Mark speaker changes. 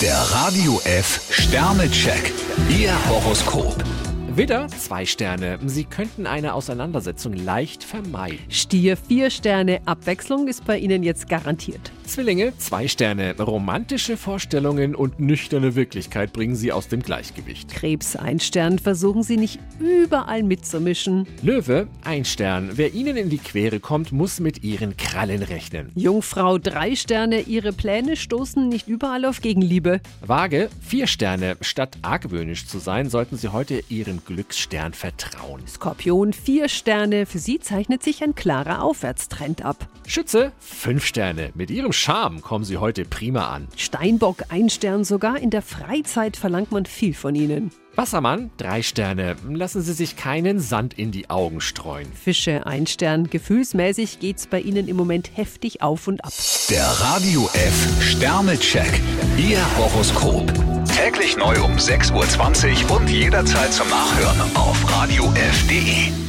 Speaker 1: Der Radio F Sternecheck. Ihr Horoskop.
Speaker 2: Widder, zwei Sterne. Sie könnten eine Auseinandersetzung leicht vermeiden.
Speaker 3: Stier, vier Sterne. Abwechslung ist bei Ihnen jetzt garantiert.
Speaker 2: Zwillinge, zwei Sterne. Romantische Vorstellungen und nüchterne Wirklichkeit bringen Sie aus dem Gleichgewicht.
Speaker 3: Krebs, ein Stern. Versuchen Sie nicht überall mitzumischen.
Speaker 2: Löwe, ein Stern. Wer Ihnen in die Quere kommt, muss mit Ihren Krallen rechnen.
Speaker 3: Jungfrau, drei Sterne. Ihre Pläne stoßen nicht überall auf Gegenliebe.
Speaker 2: Waage, vier Sterne. Statt argwöhnisch zu sein, sollten Sie heute Ihrem Glücksstern vertrauen.
Speaker 3: Skorpion, vier Sterne. Für Sie zeichnet sich ein klarer Aufwärtstrend ab.
Speaker 2: Schütze, fünf Sterne. Mit Ihrem Charme kommen Sie heute prima an.
Speaker 3: Steinbock, ein Stern. Sogar in der Freizeit verlangt man viel von Ihnen.
Speaker 2: Wassermann, drei Sterne. Lassen Sie sich keinen Sand in die Augen streuen.
Speaker 3: Fische, ein Stern. Gefühlsmäßig geht's bei Ihnen im Moment heftig auf und ab.
Speaker 1: Der Radio F Sternecheck. Ihr Horoskop. Täglich neu um 6.20 Uhr und jederzeit zum Nachhören auf Radio radiof.de.